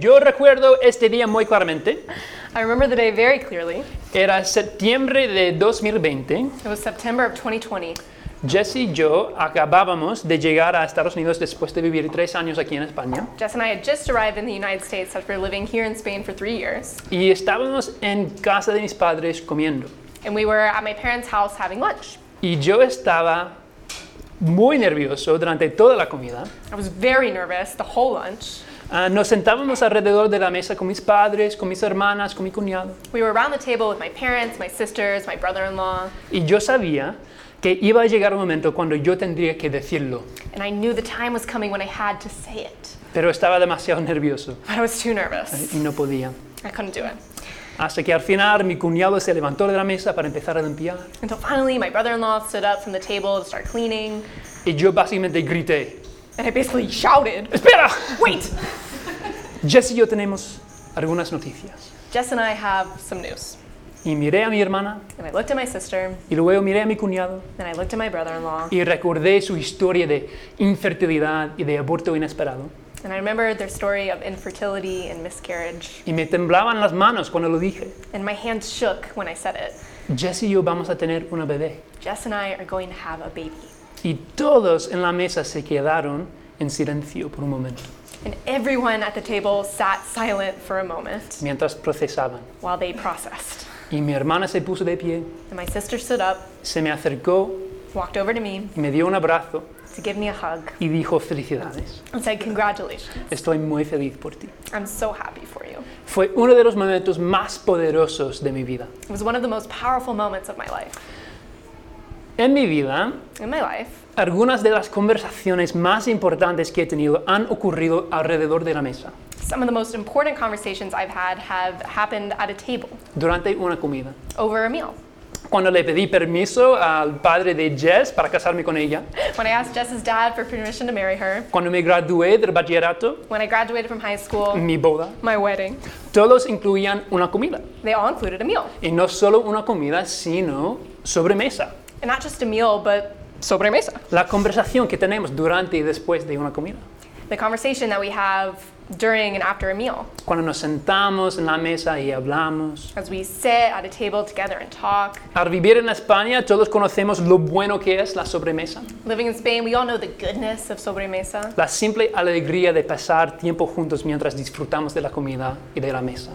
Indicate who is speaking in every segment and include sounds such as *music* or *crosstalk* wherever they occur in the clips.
Speaker 1: Yo recuerdo este día muy claramente.
Speaker 2: I remember the day very clearly.
Speaker 1: Era septiembre de 2020.
Speaker 2: It was September of 2020.
Speaker 1: Jesse y yo acabábamos de llegar a Estados Unidos después de vivir tres años aquí en España.
Speaker 2: Jess and I had just arrived in the United States after living here in Spain for three years,
Speaker 1: Y estábamos en casa de mis padres comiendo.
Speaker 2: and we were at my parents' house having lunch.
Speaker 1: Y yo estaba muy nervioso durante toda la comida.
Speaker 2: I was very nervous the whole lunch.
Speaker 1: Ah, nos sentábamos alrededor de la mesa con mis padres, con mis hermanas, con mi cuñado.
Speaker 2: We were around the table with my parents, my sisters, my brother in law,
Speaker 1: Y yo sabía que iba a llegar un momento cuando yo tendría que decirlo.
Speaker 2: and I knew the time was coming when I had to say it.
Speaker 1: Pero estaba demasiado *laughs* nervioso ¿eh?
Speaker 2: But I was too nervous.
Speaker 1: y no podía.
Speaker 2: I couldn't do it.
Speaker 1: Hasta que al final mi cuñado se levantó de la mesa para empezar a limpiar.
Speaker 2: Until finally, my brother in law stood up from the table to start cleaning,
Speaker 1: Y yo básicamente grité,
Speaker 2: and I basically *laughs* shouted,
Speaker 1: ¡Espera!
Speaker 2: Wait!
Speaker 1: Jess y yo tenemos algunas noticias.
Speaker 2: Jess and I have some news.
Speaker 1: Y miré a mi hermana,
Speaker 2: And I looked at my sister,
Speaker 1: y luego miré a mi cuñado,
Speaker 2: then I looked at my brother in law,
Speaker 1: y recordé su historia de infertilidad y de aborto inesperado.
Speaker 2: And I remembered their story of infertility and miscarriage,
Speaker 1: Y me temblaban las manos cuando lo dije.
Speaker 2: and my hands shook when I said it.
Speaker 1: Jess y yo vamos a tener una bebé.
Speaker 2: Jess and I are going to have a baby.
Speaker 1: Y todos en la mesa se quedaron en silencio por un momento,
Speaker 2: And everyone at the table sat silent for a moment
Speaker 1: mientras procesaban.
Speaker 2: while they processed.
Speaker 1: Y mi hermana se puso de pie,
Speaker 2: And my sister stood up,
Speaker 1: se me acercó
Speaker 2: walked over to me
Speaker 1: y me dio un abrazo
Speaker 2: to give me a hug,
Speaker 1: y dijo felicidades.
Speaker 2: and said, Congratulations.
Speaker 1: Estoy muy feliz por ti.
Speaker 2: I'm so happy for you.
Speaker 1: Fue uno de los momentos más poderosos de mi vida.
Speaker 2: It was one of the most powerful moments of my life.
Speaker 1: En mi vida,
Speaker 2: In my life,
Speaker 1: algunas de las conversaciones más importantes que he tenido han ocurrido alrededor de la mesa,
Speaker 2: some of the most important conversations I've had have happened at a table
Speaker 1: durante una comida.
Speaker 2: over a meal.
Speaker 1: Cuando le pedí permiso al padre de Jess para casarme con ella,
Speaker 2: When I asked Jess's dad for permission to marry her,
Speaker 1: cuando me gradué del bachillerato,
Speaker 2: when I graduated from high school,
Speaker 1: mi boda,
Speaker 2: my wedding,
Speaker 1: todos incluían una comida.
Speaker 2: they all included a meal.
Speaker 1: Y no solo una comida, sino sobremesa.
Speaker 2: And not just a meal, but sobremesa.
Speaker 1: La conversación que tenemos durante y después de una comida.
Speaker 2: The conversation that we have during and after a meal
Speaker 1: Cuando nos sentamos en la mesa y hablamos.
Speaker 2: as we sit at a table together and talk.
Speaker 1: Al vivir en España, todos conocemos lo bueno que es la sobremesa.
Speaker 2: Living in Spain, we all know the goodness of sobremesa.
Speaker 1: La simple alegría de pasar tiempo juntos mientras disfrutamos de la comida y de la mesa.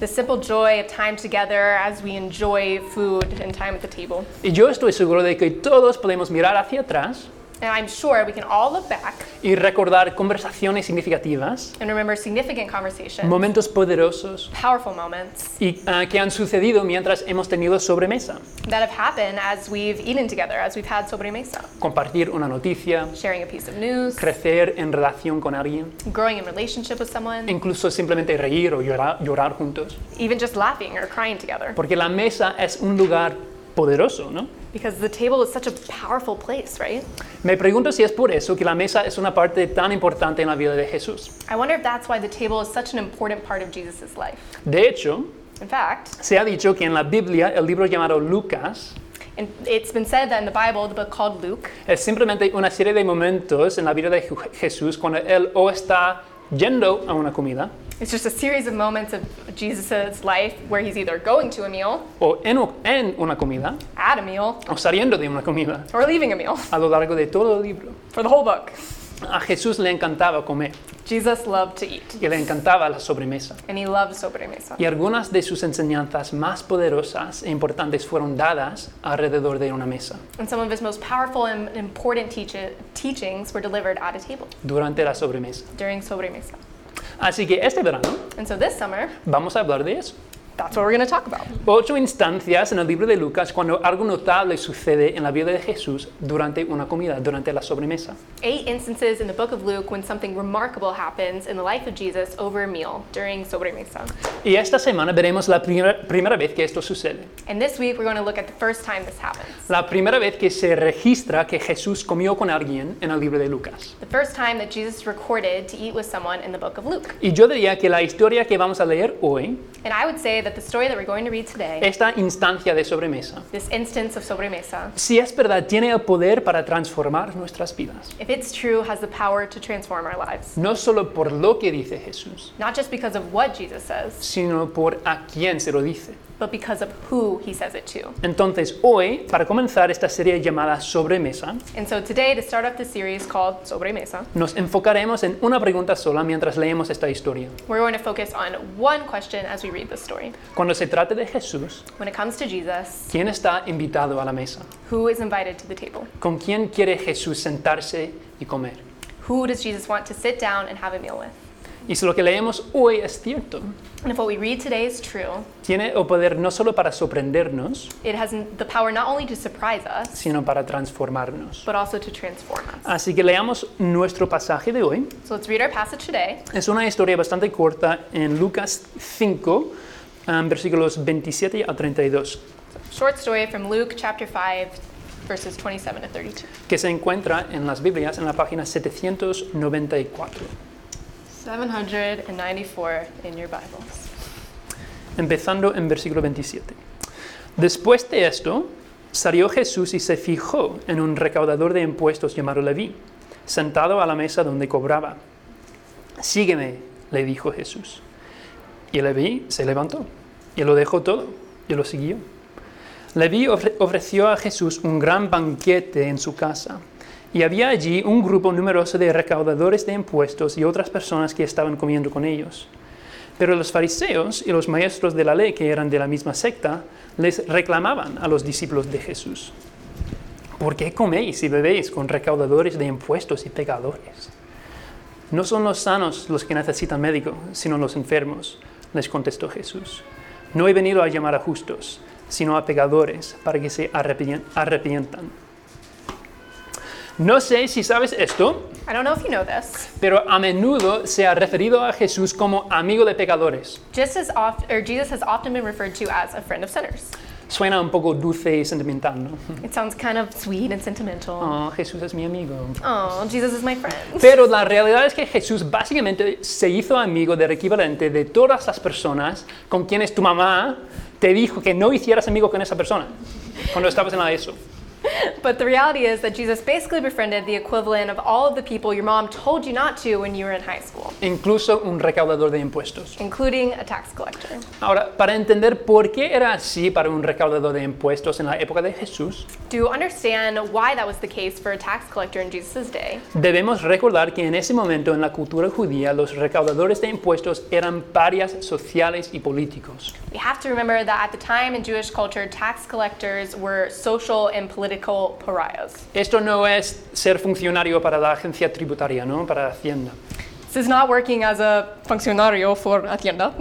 Speaker 2: The simple joy of time together as we enjoy food and time at the table.
Speaker 1: Y yo estoy seguro de que todos podemos mirar hacia atrás
Speaker 2: And I'm sure we can all look back
Speaker 1: y recordar conversaciones significativas,
Speaker 2: and remember significant conversations,
Speaker 1: momentos poderosos
Speaker 2: powerful moments
Speaker 1: y, ah, que han sucedido mientras hemos tenido sobremesa.
Speaker 2: that have happened as we've eaten together, as we've had sobremesa.
Speaker 1: Compartir una noticia,
Speaker 2: Sharing a piece of news,
Speaker 1: crecer en relación con alguien,
Speaker 2: growing in relationship with someone,
Speaker 1: incluso simplemente reír o llorar, llorar juntos.
Speaker 2: even just laughing or crying together.
Speaker 1: Porque la mesa es un lugar poderoso, ¿no?
Speaker 2: Because the table is such a powerful place, right?
Speaker 1: Me pregunto si es por eso que la mesa es una parte tan importante en la vida de Jesús.
Speaker 2: I wonder if that's why the table is such an important part of Jesus' life.
Speaker 1: De hecho,
Speaker 2: In fact,
Speaker 1: se ha dicho que en la Biblia el libro llamado Lucas
Speaker 2: in, it's been said that in the Bible, the book called Luke,
Speaker 1: es simplemente una serie de momentos en la vida de Ju- Jesús cuando él o está yendo a una comida
Speaker 2: it's just a series of moments of Jesus' life where he's either going to a meal,
Speaker 1: o en, o- en una comida
Speaker 2: at a meal,
Speaker 1: o saliendo de una comida
Speaker 2: or leaving a meal *laughs*
Speaker 1: a lo largo de todo el libro.
Speaker 2: for the whole book.
Speaker 1: A Jesús le encantaba comer
Speaker 2: Jesus loved to eat,
Speaker 1: y le encantaba la sobremesa.
Speaker 2: and he loved sobremesa.
Speaker 1: Y algunas de sus enseñanzas más poderosas e importantes fueron dadas alrededor de una mesa
Speaker 2: And some of his most powerful and important teachi- teachings were delivered at a table
Speaker 1: durante la sobremesa.
Speaker 2: during sobremesa.
Speaker 1: Así que este verano
Speaker 2: And so this summer,
Speaker 1: vamos a hablar de eso.
Speaker 2: that's what we're going to talk about.
Speaker 1: Ocho instancias en el libro de Lucas cuando algo notable sucede en la vida de Jesús durante una comida, durante la sobremesa.
Speaker 2: Eight instances in the book of Luke when something remarkable happens in the life of Jesus over a meal during sobremesa.
Speaker 1: Y esta semana veremos la primer- primera vez que esto sucede.
Speaker 2: And this week we're going to look at the first time this happens.
Speaker 1: La primera vez que se registra que Jesús comió con alguien en el libro de Lucas.
Speaker 2: The first time that Jesus recorded to eat with someone in the book of Luke.
Speaker 1: Y yo diría que la historia que vamos a leer hoy
Speaker 2: And I would say that the story that we're going to read today,
Speaker 1: esta instancia de sobremesa,
Speaker 2: this instance of sobremesa,
Speaker 1: si es verdad, tiene el poder para transformar nuestras vidas.
Speaker 2: if it's true, has the power to transform our lives.
Speaker 1: No solo por lo que dice Jesús,
Speaker 2: Not just because of what Jesus says,
Speaker 1: sino por a quién se lo dice.
Speaker 2: but because of who he says it to.
Speaker 1: Entonces, hoy, para comenzar esta serie llamada Sobremesa,
Speaker 2: And so today, to start off this series called Sobremesa,
Speaker 1: nos enfocaremos en una pregunta sola mientras leemos esta historia.
Speaker 2: we're going to focus on one question as we read this story.
Speaker 1: Cuando se trate de Jesús,
Speaker 2: When it comes to Jesus,
Speaker 1: ¿quién está invitado a la mesa?
Speaker 2: who is invited to the table?
Speaker 1: ¿Con quién quiere Jesús sentarse y comer?
Speaker 2: Who does Jesus want to sit down and have a meal with?
Speaker 1: Y si lo que leemos hoy es cierto,
Speaker 2: And if what we read today is true,
Speaker 1: tiene el poder no solo para sorprendernos,
Speaker 2: it has n- the power not only to surprise us,
Speaker 1: sino para transformarnos.
Speaker 2: but also to transform us.
Speaker 1: Así que leamos nuestro pasaje de hoy.
Speaker 2: So let's read our passage today.
Speaker 1: Es una historia bastante corta en Lucas 5, um, versículos 27 a 32,
Speaker 2: Short story from Luke chapter 5, verses 27 to 32.
Speaker 1: que se encuentra en las Biblias en la página 794.
Speaker 2: 794 in your Bibles.
Speaker 1: empezando en versículo 27. Después de esto, salió Jesús y se fijó en un recaudador de impuestos llamado Leví, sentado a la mesa donde cobraba. Sígueme, le dijo Jesús. Y Leví se levantó y lo dejó todo y lo siguió. Leví ofre- ofreció a Jesús un gran banquete en su casa. Y había allí un grupo numeroso de recaudadores de impuestos y otras personas que estaban comiendo con ellos. Pero los fariseos y los maestros de la ley, que eran de la misma secta, les reclamaban a los discípulos de Jesús, ¿por qué coméis y bebéis con recaudadores de impuestos y pecadores? No son los sanos los que necesitan médico, sino los enfermos, les contestó Jesús. No he venido a llamar a justos, sino a pecadores, para que se arrepien- arrepientan. No sé si sabes esto,
Speaker 2: I don't know if you know this.
Speaker 1: pero a menudo se ha referido a Jesús como amigo de pecadores.
Speaker 2: Just as oft, or Jesus has often been referred to as a friend of sinners.
Speaker 1: Suena un poco dulce y sentimental, ¿no?
Speaker 2: It sounds kind of sweet and sentimental.
Speaker 1: Oh, Jesús es mi amigo.
Speaker 2: Oh, Jesus is my friend.
Speaker 1: Pero la realidad es que Jesús básicamente se hizo amigo del equivalente de todas las personas con quienes tu mamá te dijo que no hicieras amigo con esa persona cuando estabas en la ESO.
Speaker 2: But the reality is that Jesus basically befriended the equivalent of all of the people your mom told you not to when you were in high school,
Speaker 1: Incluso un recaudador de impuestos.
Speaker 2: including a tax collector.
Speaker 1: Ahora, para entender por qué era así para un recaudador de impuestos en la época de Jesús,
Speaker 2: To understand why that was the case for a tax collector in Jesus' day,
Speaker 1: debemos recordar que en ese momento en la cultura judía los recaudadores de impuestos eran parias sociales y políticos.
Speaker 2: we have to remember that at the time in Jewish culture, tax collectors were social and political pariahs.
Speaker 1: Esto no es ser funcionario para la agencia tributaria, ¿no? Para Hacienda.
Speaker 2: This is not working as a funcionario for Hacienda.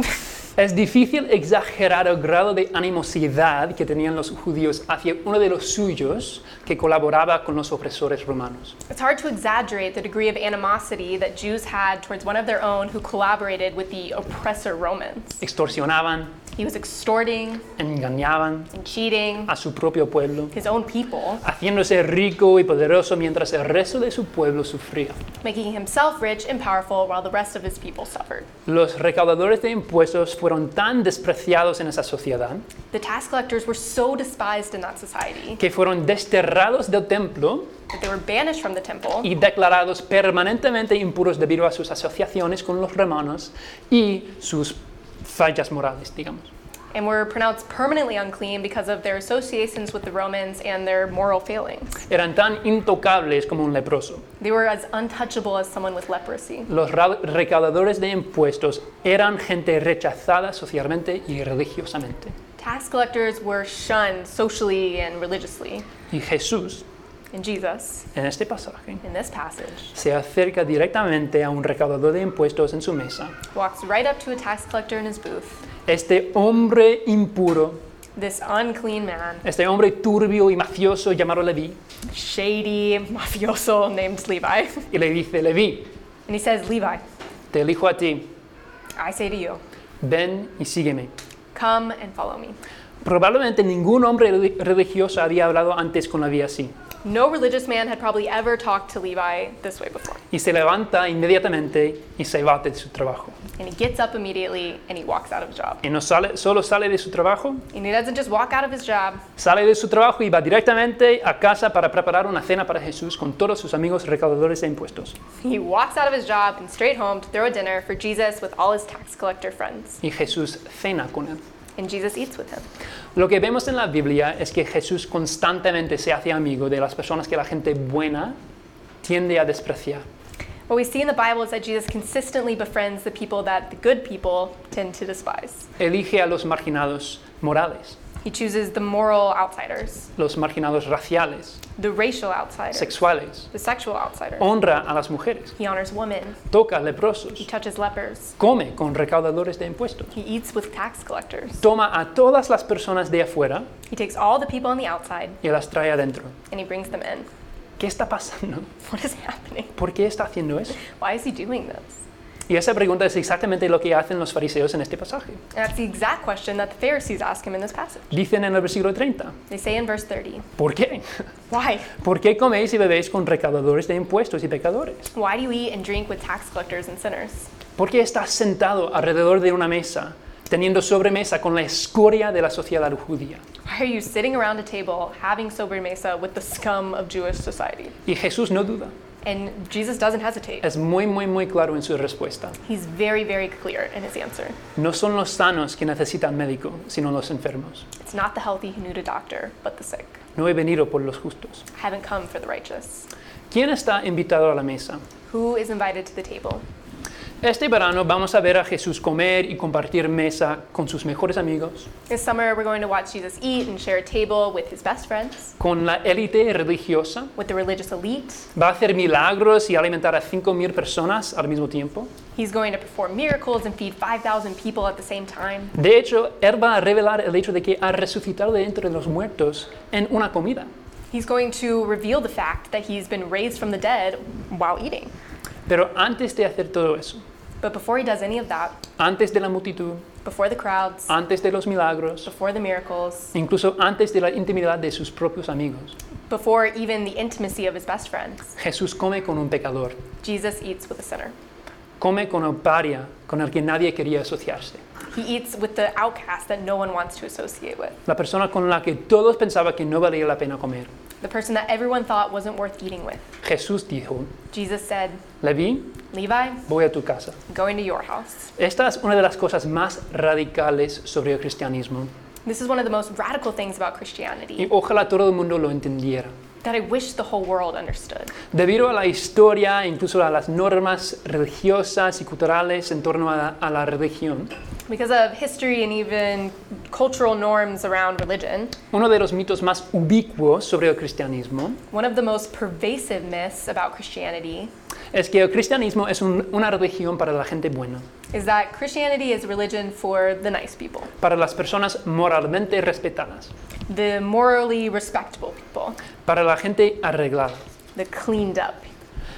Speaker 1: Es difícil exagerar el grado de animosidad que tenían los judíos hacia uno de los suyos que colaboraba con los opresores romanos.
Speaker 2: *laughs* it's hard to exaggerate the degree of animosity that Jews had towards one of their own who collaborated with the oppressor Romans.
Speaker 1: Extorsionaban,
Speaker 2: He was extorting
Speaker 1: engañaban
Speaker 2: and cheating
Speaker 1: a su propio pueblo,
Speaker 2: his own people,
Speaker 1: haciéndose rico y poderoso mientras el resto de su pueblo sufría.
Speaker 2: making himself rich and powerful while the rest of his people suffered.
Speaker 1: Los recaudadores de impuestos fueron tan despreciados en esa sociedad
Speaker 2: The tax collectors were so despised in that society
Speaker 1: que fueron desterrados del templo
Speaker 2: that they were banished from the temple
Speaker 1: y declarados permanentemente impuros debido a sus asociaciones con los romanos y sus fallas morales, digamos.
Speaker 2: and were pronounced permanently unclean because of their associations with the Romans and their moral failings.
Speaker 1: Eran tan intocables como un leproso.
Speaker 2: They were as untouchable as someone with leprosy.
Speaker 1: Los ra- recaudadores de impuestos eran gente rechazada socialmente y religiosamente.
Speaker 2: Tax collectors were shunned socially and religiously.
Speaker 1: Y Jesús,
Speaker 2: And Jesus,
Speaker 1: en este pasaje,
Speaker 2: in this passage,
Speaker 1: se acerca directamente a un recaudador de impuestos en su mesa.
Speaker 2: walks right up to a tax collector in his booth,
Speaker 1: Este hombre impuro,
Speaker 2: this unclean man,
Speaker 1: este hombre turbio y mafioso llamado Leví,
Speaker 2: shady mafioso named Levi. *laughs*
Speaker 1: y le dice, Leví,
Speaker 2: And he says, Levi,
Speaker 1: te elijo a ti,
Speaker 2: I say to you,
Speaker 1: ven y sígueme.
Speaker 2: come and follow me.
Speaker 1: Probablemente ningún hombre relig- religioso había hablado antes con Leví así.
Speaker 2: No religious man had probably ever talked to Levi this way before.
Speaker 1: Y se levanta inmediatamente y se va de su trabajo.
Speaker 2: And he gets up immediately and he walks out of his job.
Speaker 1: Y no sale, solo sale de su trabajo,
Speaker 2: And he doesn't just walk out of his job.
Speaker 1: sale de su trabajo y va directamente a casa para preparar una cena para Jesús con todos sus amigos recaudadores de impuestos.
Speaker 2: He walks out of his job and straight home to throw a dinner for Jesus with all his tax collector friends.
Speaker 1: Y Jesús cena con él.
Speaker 2: And Jesus eats with him.
Speaker 1: Lo que vemos en la Biblia es que Jesús constantemente se hace amigo de las personas que la gente buena tiende a despreciar.
Speaker 2: What we see in the Bible is that Jesus consistently befriends the people that the good people tend to despise.
Speaker 1: Elige a los marginados morales,
Speaker 2: He chooses the moral outsiders,
Speaker 1: los marginados raciales,
Speaker 2: the racial outsiders,
Speaker 1: sexuales.
Speaker 2: the sexual outsiders.
Speaker 1: Honra a las mujeres,
Speaker 2: He honors women.
Speaker 1: toca
Speaker 2: He
Speaker 1: leprosos,
Speaker 2: touches lepers.
Speaker 1: come con recaudadores de impuestos.
Speaker 2: He eats with tax collectors.
Speaker 1: Toma a todas las personas de afuera
Speaker 2: He takes all the people on the outside
Speaker 1: y las trae adentro.
Speaker 2: and he brings them in. *laughs*
Speaker 1: ¿Qué está pasando?
Speaker 2: What is happening?
Speaker 1: ¿Por qué está haciendo eso?
Speaker 2: Why is he doing this?
Speaker 1: Y esa pregunta es exactamente lo que hacen los fariseos en este pasaje.
Speaker 2: And that's the exact question that the Pharisees ask him in this passage.
Speaker 1: Dicen en el versículo 30,
Speaker 2: They say in verse 30,
Speaker 1: ¿por qué?
Speaker 2: Why?
Speaker 1: ¿Por qué coméis y bebéis con recaudadores de impuestos y pecadores?
Speaker 2: Why do you eat and drink with tax collectors and sinners?
Speaker 1: ¿Por qué estás sentado alrededor de una mesa, teniendo sobremesa con la escoria de la sociedad judía?
Speaker 2: Why are you sitting around a table having sober mesa with the scum of Jewish society?
Speaker 1: Y Jesús no duda,
Speaker 2: And Jesus doesn't hesitate.
Speaker 1: es muy, muy, muy claro en su respuesta.
Speaker 2: He's very, very clear in his answer.
Speaker 1: No son los sanos que necesitan médico, sino los enfermos.
Speaker 2: It's not the healthy who need a doctor, but the sick.
Speaker 1: No he venido por los justos.
Speaker 2: I haven't come for the righteous.
Speaker 1: ¿Quién está invitado a la mesa?
Speaker 2: Who is invited to the table?
Speaker 1: Este verano vamos a ver a Jesús comer y compartir mesa con sus mejores amigos,
Speaker 2: This summer, we're going to watch Jesus eat and share a table with his best friends,
Speaker 1: con la élite religiosa.
Speaker 2: with the religious elite.
Speaker 1: Va a hacer milagros y alimentar a 5.000 personas al mismo tiempo.
Speaker 2: He's going to perform miracles and feed 5,000 people at the same time.
Speaker 1: De hecho, Él va a revelar el hecho de que ha resucitado de entre los muertos en una comida.
Speaker 2: He's going to reveal the fact that he's been raised from the dead while eating.
Speaker 1: Pero antes de hacer todo eso,
Speaker 2: But before he does any of that,
Speaker 1: antes de la multitud,
Speaker 2: before the crowds,
Speaker 1: antes de los milagros,
Speaker 2: before the miracles,
Speaker 1: incluso antes de la intimidad de sus propios amigos,
Speaker 2: before even the intimacy of his best friends,
Speaker 1: Jesús come con un pecador,
Speaker 2: Jesus eats with a sinner.
Speaker 1: come con el paria con el que nadie quería asociarse,
Speaker 2: He eats with the outcast that no one wants to associate with,
Speaker 1: la persona con la que todos pensaban que no valía la pena comer.
Speaker 2: the person that everyone thought wasn't worth eating with.
Speaker 1: Jesús dijo,
Speaker 2: Jesus said,
Speaker 1: Leví,
Speaker 2: Levi, I'm
Speaker 1: voy a tu casa.
Speaker 2: going to your house.
Speaker 1: Esta es una de las cosas más radicales sobre el cristianismo
Speaker 2: This is one of the most radical things about
Speaker 1: y
Speaker 2: Christianity
Speaker 1: ojalá todo el mundo lo entendiera.
Speaker 2: that I wish the whole world understood.
Speaker 1: Debido a la historia, incluso a las normas religiosas y culturales en torno a la, a la religión,
Speaker 2: Because of history and even cultural norms around religion,
Speaker 1: uno de los mitos más ubicuos sobre el cristianismo
Speaker 2: one of the most pervasive myths about Christianity
Speaker 1: es que el cristianismo es un- una religión para la gente buena,
Speaker 2: is that Christianity is religion for the nice people,
Speaker 1: para las personas moralmente respetadas,
Speaker 2: the morally respectable people,
Speaker 1: para la gente arreglada.
Speaker 2: the cleaned up.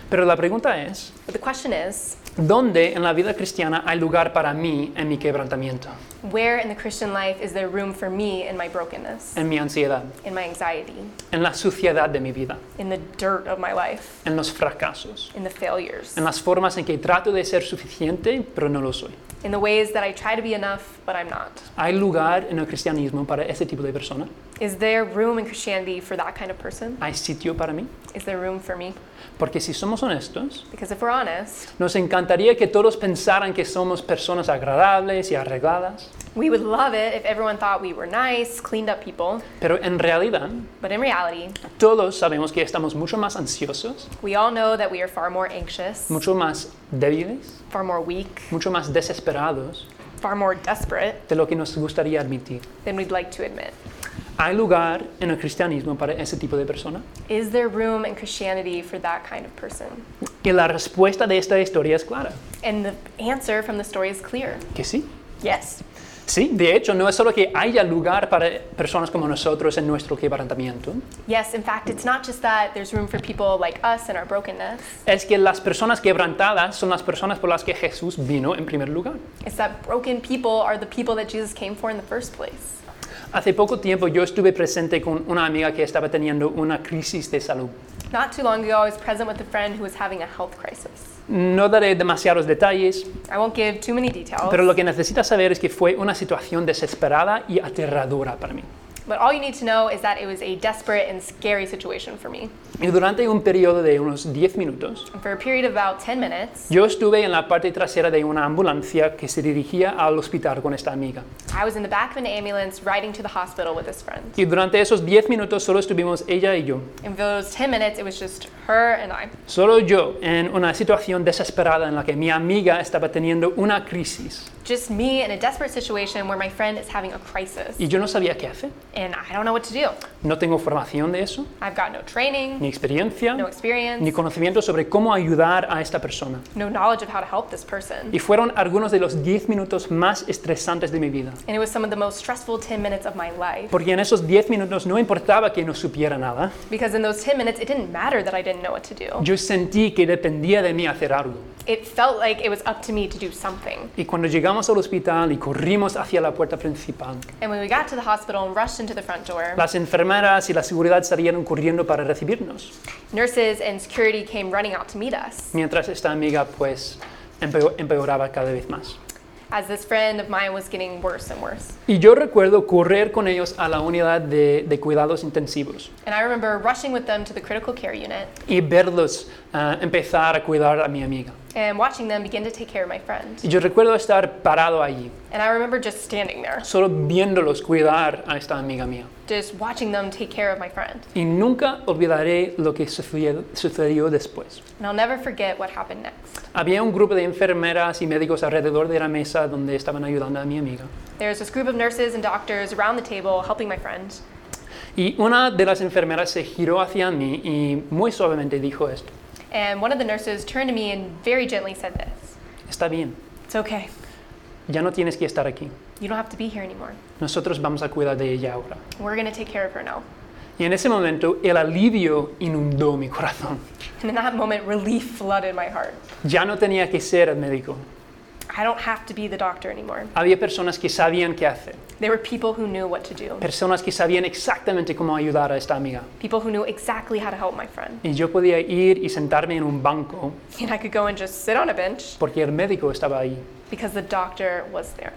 Speaker 1: Pero la pregunta es,
Speaker 2: But the question is
Speaker 1: ¿dónde en la vida cristiana hay lugar para mí en mi quebrantamiento,
Speaker 2: where in the Christian life is there room for me in my brokenness,
Speaker 1: en mi ansiedad,
Speaker 2: in my anxiety,
Speaker 1: en la suciedad de mi vida,
Speaker 2: in the dirt of my life,
Speaker 1: en los fracasos,
Speaker 2: in the failures,
Speaker 1: en las formas en que trato de ser suficiente pero no lo soy?
Speaker 2: in the ways that I try to be enough but I'm not?
Speaker 1: ¿Hay lugar en el cristianismo para ese tipo de persona?
Speaker 2: Is there room in Christianity for that kind of person?
Speaker 1: ¿Hay sitio para mí?
Speaker 2: Is there room for me?
Speaker 1: Porque si somos honestos,
Speaker 2: Because if we're honest,
Speaker 1: nos encantaría que todos pensaran que somos personas agradables y arregladas,
Speaker 2: we would love it if everyone thought we were nice, cleaned up people,
Speaker 1: pero en realidad
Speaker 2: but in reality,
Speaker 1: todos sabemos que estamos mucho más ansiosos,
Speaker 2: we all know that we are far more anxious,
Speaker 1: mucho más débiles,
Speaker 2: far more weak,
Speaker 1: mucho más desesperados
Speaker 2: far more desperate
Speaker 1: de lo que nos gustaría admitir.
Speaker 2: than we'd like to admit.
Speaker 1: ¿Hay lugar en el cristianismo para ese tipo de persona?
Speaker 2: Is there room in Christianity for that kind of person?
Speaker 1: Y la respuesta de esta historia es clara,
Speaker 2: And the answer from the story is clear
Speaker 1: que sí.
Speaker 2: yes.
Speaker 1: Sí, de hecho, no es solo que haya lugar para personas como nosotros en nuestro quebrantamiento,
Speaker 2: Yes, in fact, it's not just that there's room for people like us and our brokenness,
Speaker 1: es que las personas quebrantadas son las personas por las que Jesús vino en primer lugar.
Speaker 2: it's that broken people are the people that Jesus came for in the first place.
Speaker 1: Hace poco tiempo yo estuve presente con una amiga que estaba teniendo una crisis de salud.
Speaker 2: Not too long ago, I was present with a friend who was having a health crisis.
Speaker 1: No daré demasiados detalles,
Speaker 2: I won't give too many details,
Speaker 1: pero lo que necesitas saber es que fue una situación desesperada y aterradora para mí.
Speaker 2: but all you need to know is that it was a desperate and scary situation for me.
Speaker 1: Y durante un periodo de unos 10 minutos,
Speaker 2: And for a period of about 10 minutes,
Speaker 1: yo estuve en la parte trasera de una ambulancia que se dirigía al hospital con esta amiga.
Speaker 2: I was in the back of an ambulance riding to the hospital with this friend.
Speaker 1: Y durante esos 10 minutos solo estuvimos ella y yo.
Speaker 2: In those 10 minutes, it was just her and I.
Speaker 1: Solo yo en una situación desesperada en la que mi amiga estaba teniendo una crisis
Speaker 2: Just me in a desperate situation where my friend is having a crisis.
Speaker 1: y yo no sabía qué hacer.
Speaker 2: And I don't know what to do.
Speaker 1: No tengo formación de eso,
Speaker 2: I've got no training,
Speaker 1: ni experiencia,
Speaker 2: no experience,
Speaker 1: ni conocimiento sobre cómo ayudar a esta persona.
Speaker 2: no knowledge of how to help this person.
Speaker 1: Y fueron algunos de los 10 minutos más estresantes de mi vida.
Speaker 2: And it was some of the most stressful 10 minutes of my life
Speaker 1: Porque en esos 10 minutos no importaba que no supiera nada.
Speaker 2: because in those 10 minutes, it didn't matter that I didn't know what to do.
Speaker 1: Yo sentí que dependía de mí hacer algo.
Speaker 2: It felt like it was up to me to do something.
Speaker 1: Y cuando llegamos al hospital y corrimos hacia la puerta principal,
Speaker 2: And when we got to the hospital and rushed into the front door,
Speaker 1: las enfermeras y la seguridad salieron corriendo para recibirnos.
Speaker 2: nurses and security came running out to meet us
Speaker 1: Mientras esta amiga pues empeo- empeoraba cada vez más.
Speaker 2: as this friend of mine was getting worse and worse.
Speaker 1: Y yo recuerdo correr con ellos a la unidad de, de cuidados intensivos
Speaker 2: And I remember rushing with them to the critical care unit
Speaker 1: y verlos ah, empezar a cuidar a mi amiga.
Speaker 2: and watching them begin to take care of my friend.
Speaker 1: Y yo recuerdo estar parado allí,
Speaker 2: And I remember just standing there,
Speaker 1: solo viéndolos cuidar a esta amiga mía.
Speaker 2: just watching them take care of my friend.
Speaker 1: Y nunca olvidaré lo que sucedió, sucedió después.
Speaker 2: And I'll never forget what happened next.
Speaker 1: Había un grupo de enfermeras y médicos alrededor de la mesa donde estaban ayudando a mi amiga.
Speaker 2: There was this group of nurses and doctors around the table helping my friend.
Speaker 1: Y una de las enfermeras se giró hacia mí y muy suavemente dijo esto.
Speaker 2: And one of the nurses turned to me and very gently said this
Speaker 1: Está bien,
Speaker 2: It's okay.
Speaker 1: ya no tienes que estar aquí.
Speaker 2: You don't have to be here anymore.
Speaker 1: Nosotros vamos a cuidar de ella ahora.
Speaker 2: We're going to take care of her now.
Speaker 1: Y en ese momento el alivio inundó mi corazón.
Speaker 2: And in that moment, relief flooded my heart.
Speaker 1: Ya no tenía que ser el médico.
Speaker 2: I don't have to be the doctor anymore.
Speaker 1: Había personas que sabían qué hacer,
Speaker 2: There were people who knew what to do,
Speaker 1: personas que sabían exactamente cómo ayudar a esta amiga.
Speaker 2: people who knew exactly how to help my friend.
Speaker 1: Y yo podía ir y sentarme en un banco
Speaker 2: And I could go and just sit on a bench
Speaker 1: porque el médico estaba ahí.
Speaker 2: because the doctor was there.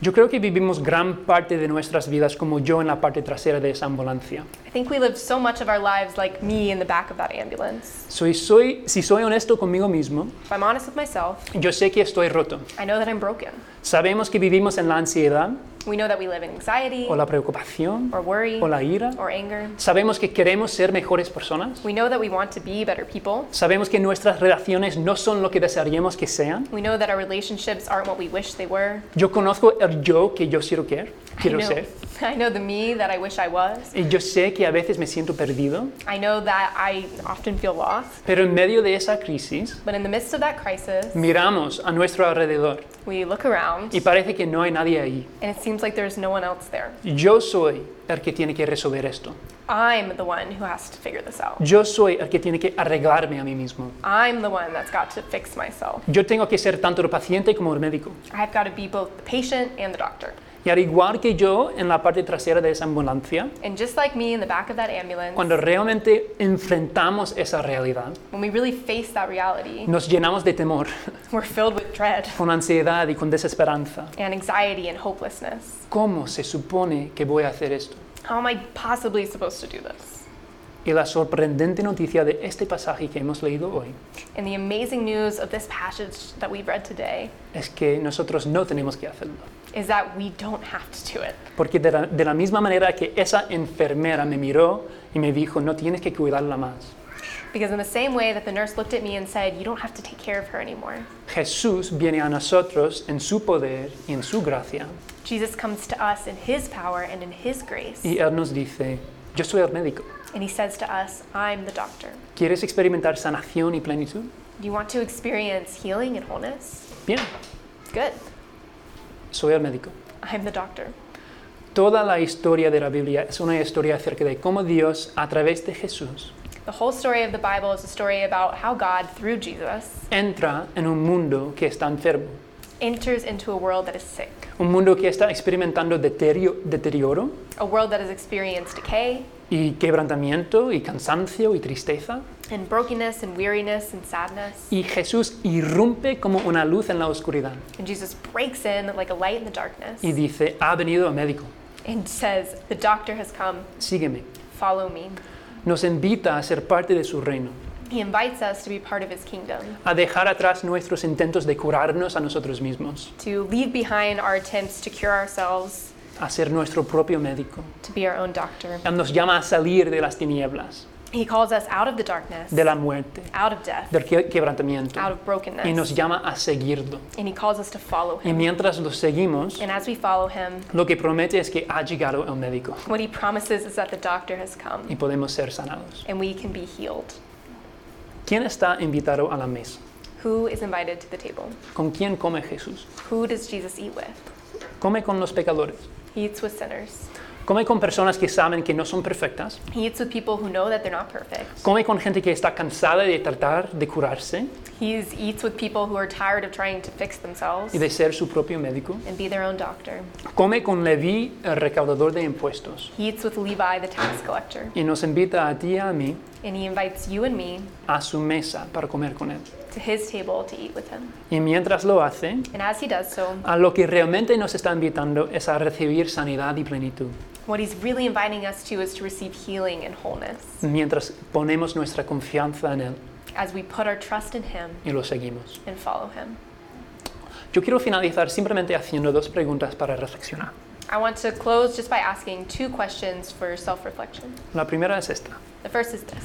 Speaker 1: Yo creo que vivimos gran parte de nuestras vidas como yo en la parte trasera de esa ambulancia.
Speaker 2: I think we live so much of our lives like me in the back of that ambulance.
Speaker 1: Soy, soy, si soy honesto conmigo mismo,
Speaker 2: If I'm honest with myself,
Speaker 1: yo sé que estoy roto.
Speaker 2: I know that I'm broken.
Speaker 1: Sabemos que vivimos en la ansiedad
Speaker 2: We know that we live in anxiety
Speaker 1: o la preocupación
Speaker 2: or worry
Speaker 1: o la ira.
Speaker 2: or anger.
Speaker 1: Sabemos que queremos ser mejores personas.
Speaker 2: We know that we want to be better people.
Speaker 1: Sabemos que nuestras relaciones no son lo que desearíamos que sean.
Speaker 2: We know that our relationships aren't what we wish they were.
Speaker 1: Yo conozco el yo que yo quiero, quer- quiero
Speaker 2: I know,
Speaker 1: ser.
Speaker 2: *laughs* I know the me that I wish I was.
Speaker 1: Y yo sé que a veces me siento perdido,
Speaker 2: I know that I often feel lost.
Speaker 1: pero en medio de esa crisis
Speaker 2: But in the midst of that crisis,
Speaker 1: miramos a nuestro alrededor
Speaker 2: we look around
Speaker 1: y parece que no hay nadie ahí.
Speaker 2: and it seems like there's no one else there.
Speaker 1: Yo soy el que tiene que resolver esto.
Speaker 2: I'm the one who has to figure this out.
Speaker 1: Yo soy el que tiene que arreglarme a mí mismo.
Speaker 2: I'm the one that's got to fix myself.
Speaker 1: Yo tengo que ser tanto el paciente como el médico.
Speaker 2: I've got to be both the patient and the doctor.
Speaker 1: Y al igual que yo en la parte trasera de esa ambulancia,
Speaker 2: And just like me in the back of that ambulance,
Speaker 1: cuando realmente enfrentamos esa realidad,
Speaker 2: when we really face that reality,
Speaker 1: nos llenamos de temor, *laughs*
Speaker 2: we're filled with dread
Speaker 1: con ansiedad y con desesperanza.
Speaker 2: and anxiety and hopelessness.
Speaker 1: ¿Cómo se supone que voy a hacer esto?
Speaker 2: How am I possibly supposed to do this?
Speaker 1: Y la sorprendente noticia de este pasaje que hemos leído hoy
Speaker 2: And the amazing news of this passage that we've read today
Speaker 1: es que nosotros no tenemos que hacerlo.
Speaker 2: is that we don't have to do it.
Speaker 1: Porque de la, de la misma manera que esa enfermera me miró y me dijo, no tienes que cuidarla más,
Speaker 2: Because in the same way that the nurse looked at me and said, You don't have to take care of her anymore,
Speaker 1: Jesús viene a nosotros en su poder y en su gracia
Speaker 2: Jesus comes to us in his power and in his grace.
Speaker 1: y Él nos dice, yo soy el médico.
Speaker 2: And he says to us, I'm the doctor.
Speaker 1: ¿Quieres experimentar sanación y plenitud?
Speaker 2: Do you want to experience healing and wholeness?
Speaker 1: Bien,
Speaker 2: Good.
Speaker 1: soy el médico.
Speaker 2: I'm the doctor.
Speaker 1: Toda la historia de la Biblia es una historia acerca de cómo Dios, a través de Jesús,
Speaker 2: The whole story of the Bible is a story about how God, through Jesus,
Speaker 1: entra en un mundo que está enfermo,
Speaker 2: enters into a world that is sick,
Speaker 1: un mundo que está experimentando deterio- deterioro
Speaker 2: a world that has experienced decay
Speaker 1: y quebrantamiento y cansancio y tristeza.
Speaker 2: and brokenness and weariness and sadness.
Speaker 1: Y Jesús irrumpe como una luz en la oscuridad
Speaker 2: And Jesus breaks in like a light in the darkness
Speaker 1: y dice, ha venido el médico,
Speaker 2: and says, The doctor has come,
Speaker 1: sígueme.
Speaker 2: follow me.
Speaker 1: Nos invita a ser parte de su reino,
Speaker 2: He invites us to be part of his kingdom,
Speaker 1: a dejar atrás nuestros intentos de curarnos a nosotros mismos,
Speaker 2: to leave behind our attempts to cure ourselves,
Speaker 1: a ser nuestro propio médico.
Speaker 2: to be our own doctor.
Speaker 1: Él nos llama a salir de las tinieblas,
Speaker 2: He calls us out of the darkness,
Speaker 1: de la muerte,
Speaker 2: out of death,
Speaker 1: del que- quebrantamiento,
Speaker 2: out of
Speaker 1: y nos
Speaker 2: brokenness,
Speaker 1: llama a seguirlo.
Speaker 2: and he calls us to follow him.
Speaker 1: Y mientras lo seguimos,
Speaker 2: And as we follow him,
Speaker 1: lo que promete es que ha llegado el médico
Speaker 2: what he promises is that the doctor has come
Speaker 1: y podemos ser sanados.
Speaker 2: and we can be healed.
Speaker 1: ¿Quién está invitado a la mesa?
Speaker 2: Who is invited to the table?
Speaker 1: ¿Con quién come Jesús?
Speaker 2: Who does Jesus eat with?
Speaker 1: Come con los pecadores.
Speaker 2: He eats with sinners.
Speaker 1: Come con personas que saben que no son perfectas.
Speaker 2: He eats with people who know that they're not perfect.
Speaker 1: Come con gente que está cansada de tratar de curarse
Speaker 2: He eats with people who are tired of trying to fix themselves
Speaker 1: y de ser su propio médico.
Speaker 2: and be their own doctor.
Speaker 1: Come con Leví, el recaudador de impuestos,
Speaker 2: He eats with Levi, the tax collector,
Speaker 1: y nos invita a ti y a mí
Speaker 2: and he invites you and me
Speaker 1: a su mesa para comer con él.
Speaker 2: to his table to eat with him.
Speaker 1: Y mientras lo hace,
Speaker 2: And as he does so,
Speaker 1: a lo que realmente nos está invitando es a recibir sanidad y plenitud,
Speaker 2: what he's really inviting us to is to receive healing and wholeness
Speaker 1: mientras ponemos nuestra confianza en él
Speaker 2: as we put our trust in him
Speaker 1: y lo seguimos.
Speaker 2: and follow him.
Speaker 1: Yo quiero finalizar simplemente haciendo dos preguntas para reflexionar.
Speaker 2: I want to close just by asking two questions for self reflection.
Speaker 1: La primera es esta.
Speaker 2: The first is this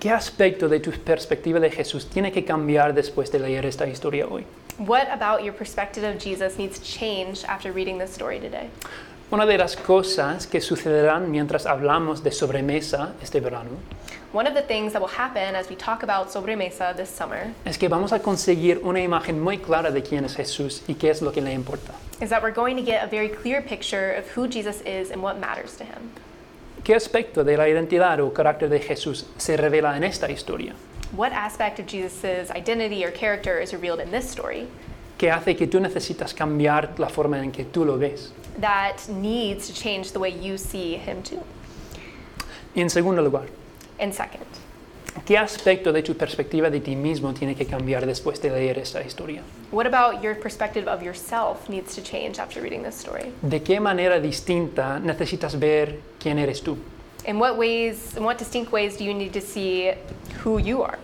Speaker 1: ¿Qué aspecto de tu perspectiva de Jesús tiene que cambiar después de leer esta historia hoy?
Speaker 2: What about your perspective of Jesus needs to change after reading this story today?
Speaker 1: Una de las cosas que sucederán mientras hablamos de sobremesa este verano
Speaker 2: One of the things that will happen as we talk about sobremesa this summer
Speaker 1: es que vamos a conseguir una imagen muy clara de quién es Jesús y qué es lo que le importa.
Speaker 2: is that we're going to get a very clear picture of who Jesus is and what matters to him.
Speaker 1: ¿Qué aspecto de la identidad o carácter de Jesús se revela en esta historia?
Speaker 2: What aspect of Jesus' identity or character is revealed in this story
Speaker 1: ¿Qué hace que tú necesitas cambiar la forma en que tú lo ves?
Speaker 2: that needs to change the way you see him too?
Speaker 1: Y en segundo lugar,
Speaker 2: And second,
Speaker 1: ¿qué aspecto de tu perspectiva de ti mismo tiene que cambiar después de leer esta historia?
Speaker 2: what about your perspective of yourself needs to change after reading this story?
Speaker 1: ¿De qué manera distinta necesitas ver quién eres tú?
Speaker 2: In what ways, in what distinct ways do you need to see who you are?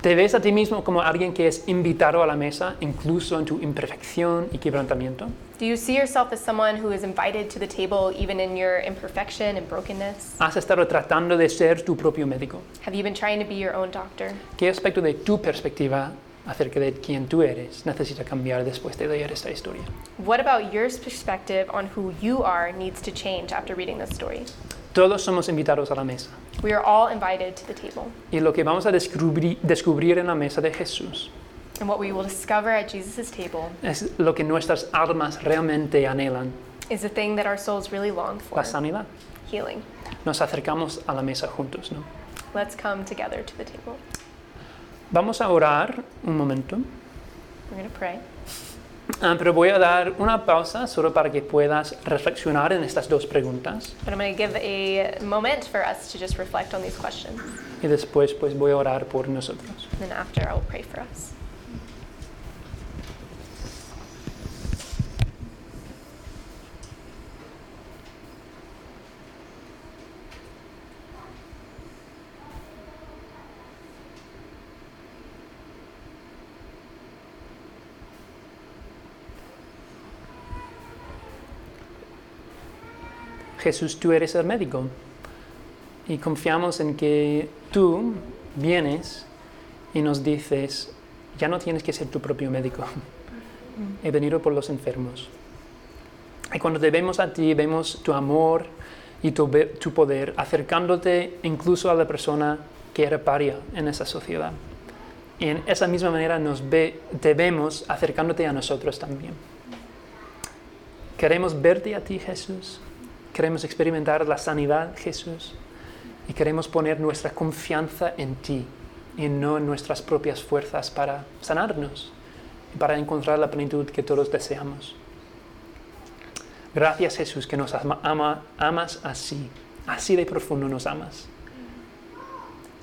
Speaker 1: ¿Te ves a ti mismo como alguien que es invitado a la mesa, incluso en tu imperfección y quebrantamiento?
Speaker 2: Do you see yourself as someone who is invited to the table even in your imperfection and brokenness?
Speaker 1: ¿Has estado tratando de ser tu propio médico?
Speaker 2: Have you been trying to be your own doctor?
Speaker 1: ¿Qué aspecto de tu perspectiva acerca de quién tú eres necesita cambiar después de leer esta historia?
Speaker 2: What about your perspective on who you are needs to change after reading this story?
Speaker 1: Todos somos invitados a la mesa
Speaker 2: We are all invited to the table.
Speaker 1: y lo que vamos a descubri- descubrir en la mesa de Jesús
Speaker 2: And what we will discover at Jesus' table
Speaker 1: es lo que nuestras almas realmente anhelan,
Speaker 2: is the thing that our souls really long for
Speaker 1: la sanidad.
Speaker 2: healing.
Speaker 1: Nos acercamos a la mesa juntos, ¿no?
Speaker 2: Let's come together to the table.
Speaker 1: Vamos a orar un momento.
Speaker 2: We're going to pray.
Speaker 1: Ah, pero voy a dar una pausa solo para que puedas reflexionar en estas dos preguntas
Speaker 2: But I'm going to give a moment for us to just reflect on these questions.
Speaker 1: y después pues voy a orar por nosotros.
Speaker 2: And then after, I will pray for us.
Speaker 1: Jesús, tú eres el médico y confiamos en que tú vienes y nos dices, ya no tienes que ser tu propio médico, he venido por los enfermos. Y cuando te vemos a ti, vemos tu amor y tu, ve- tu poder, acercándote incluso a la persona que era paria en esa sociedad. Y en esa misma manera nos ve, te vemos acercándote a nosotros también. Queremos verte a ti, Jesús. Queremos experimentar la sanidad, Jesús, y queremos poner nuestra confianza en ti y no en nuestras propias fuerzas para sanarnos y para encontrar la plenitud que todos deseamos. Gracias Jesús que nos ama- ama- amas así, así de profundo nos amas.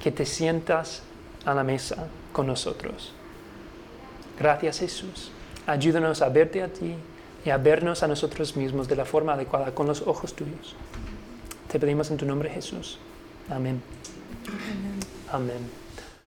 Speaker 1: Que te sientas a la mesa con nosotros. Gracias Jesús. Ayúdanos a verte a ti y a vernos a nosotros mismos de la forma adecuada con los ojos tuyos. Te pedimos en tu nombre Jesús. Amén. Amén.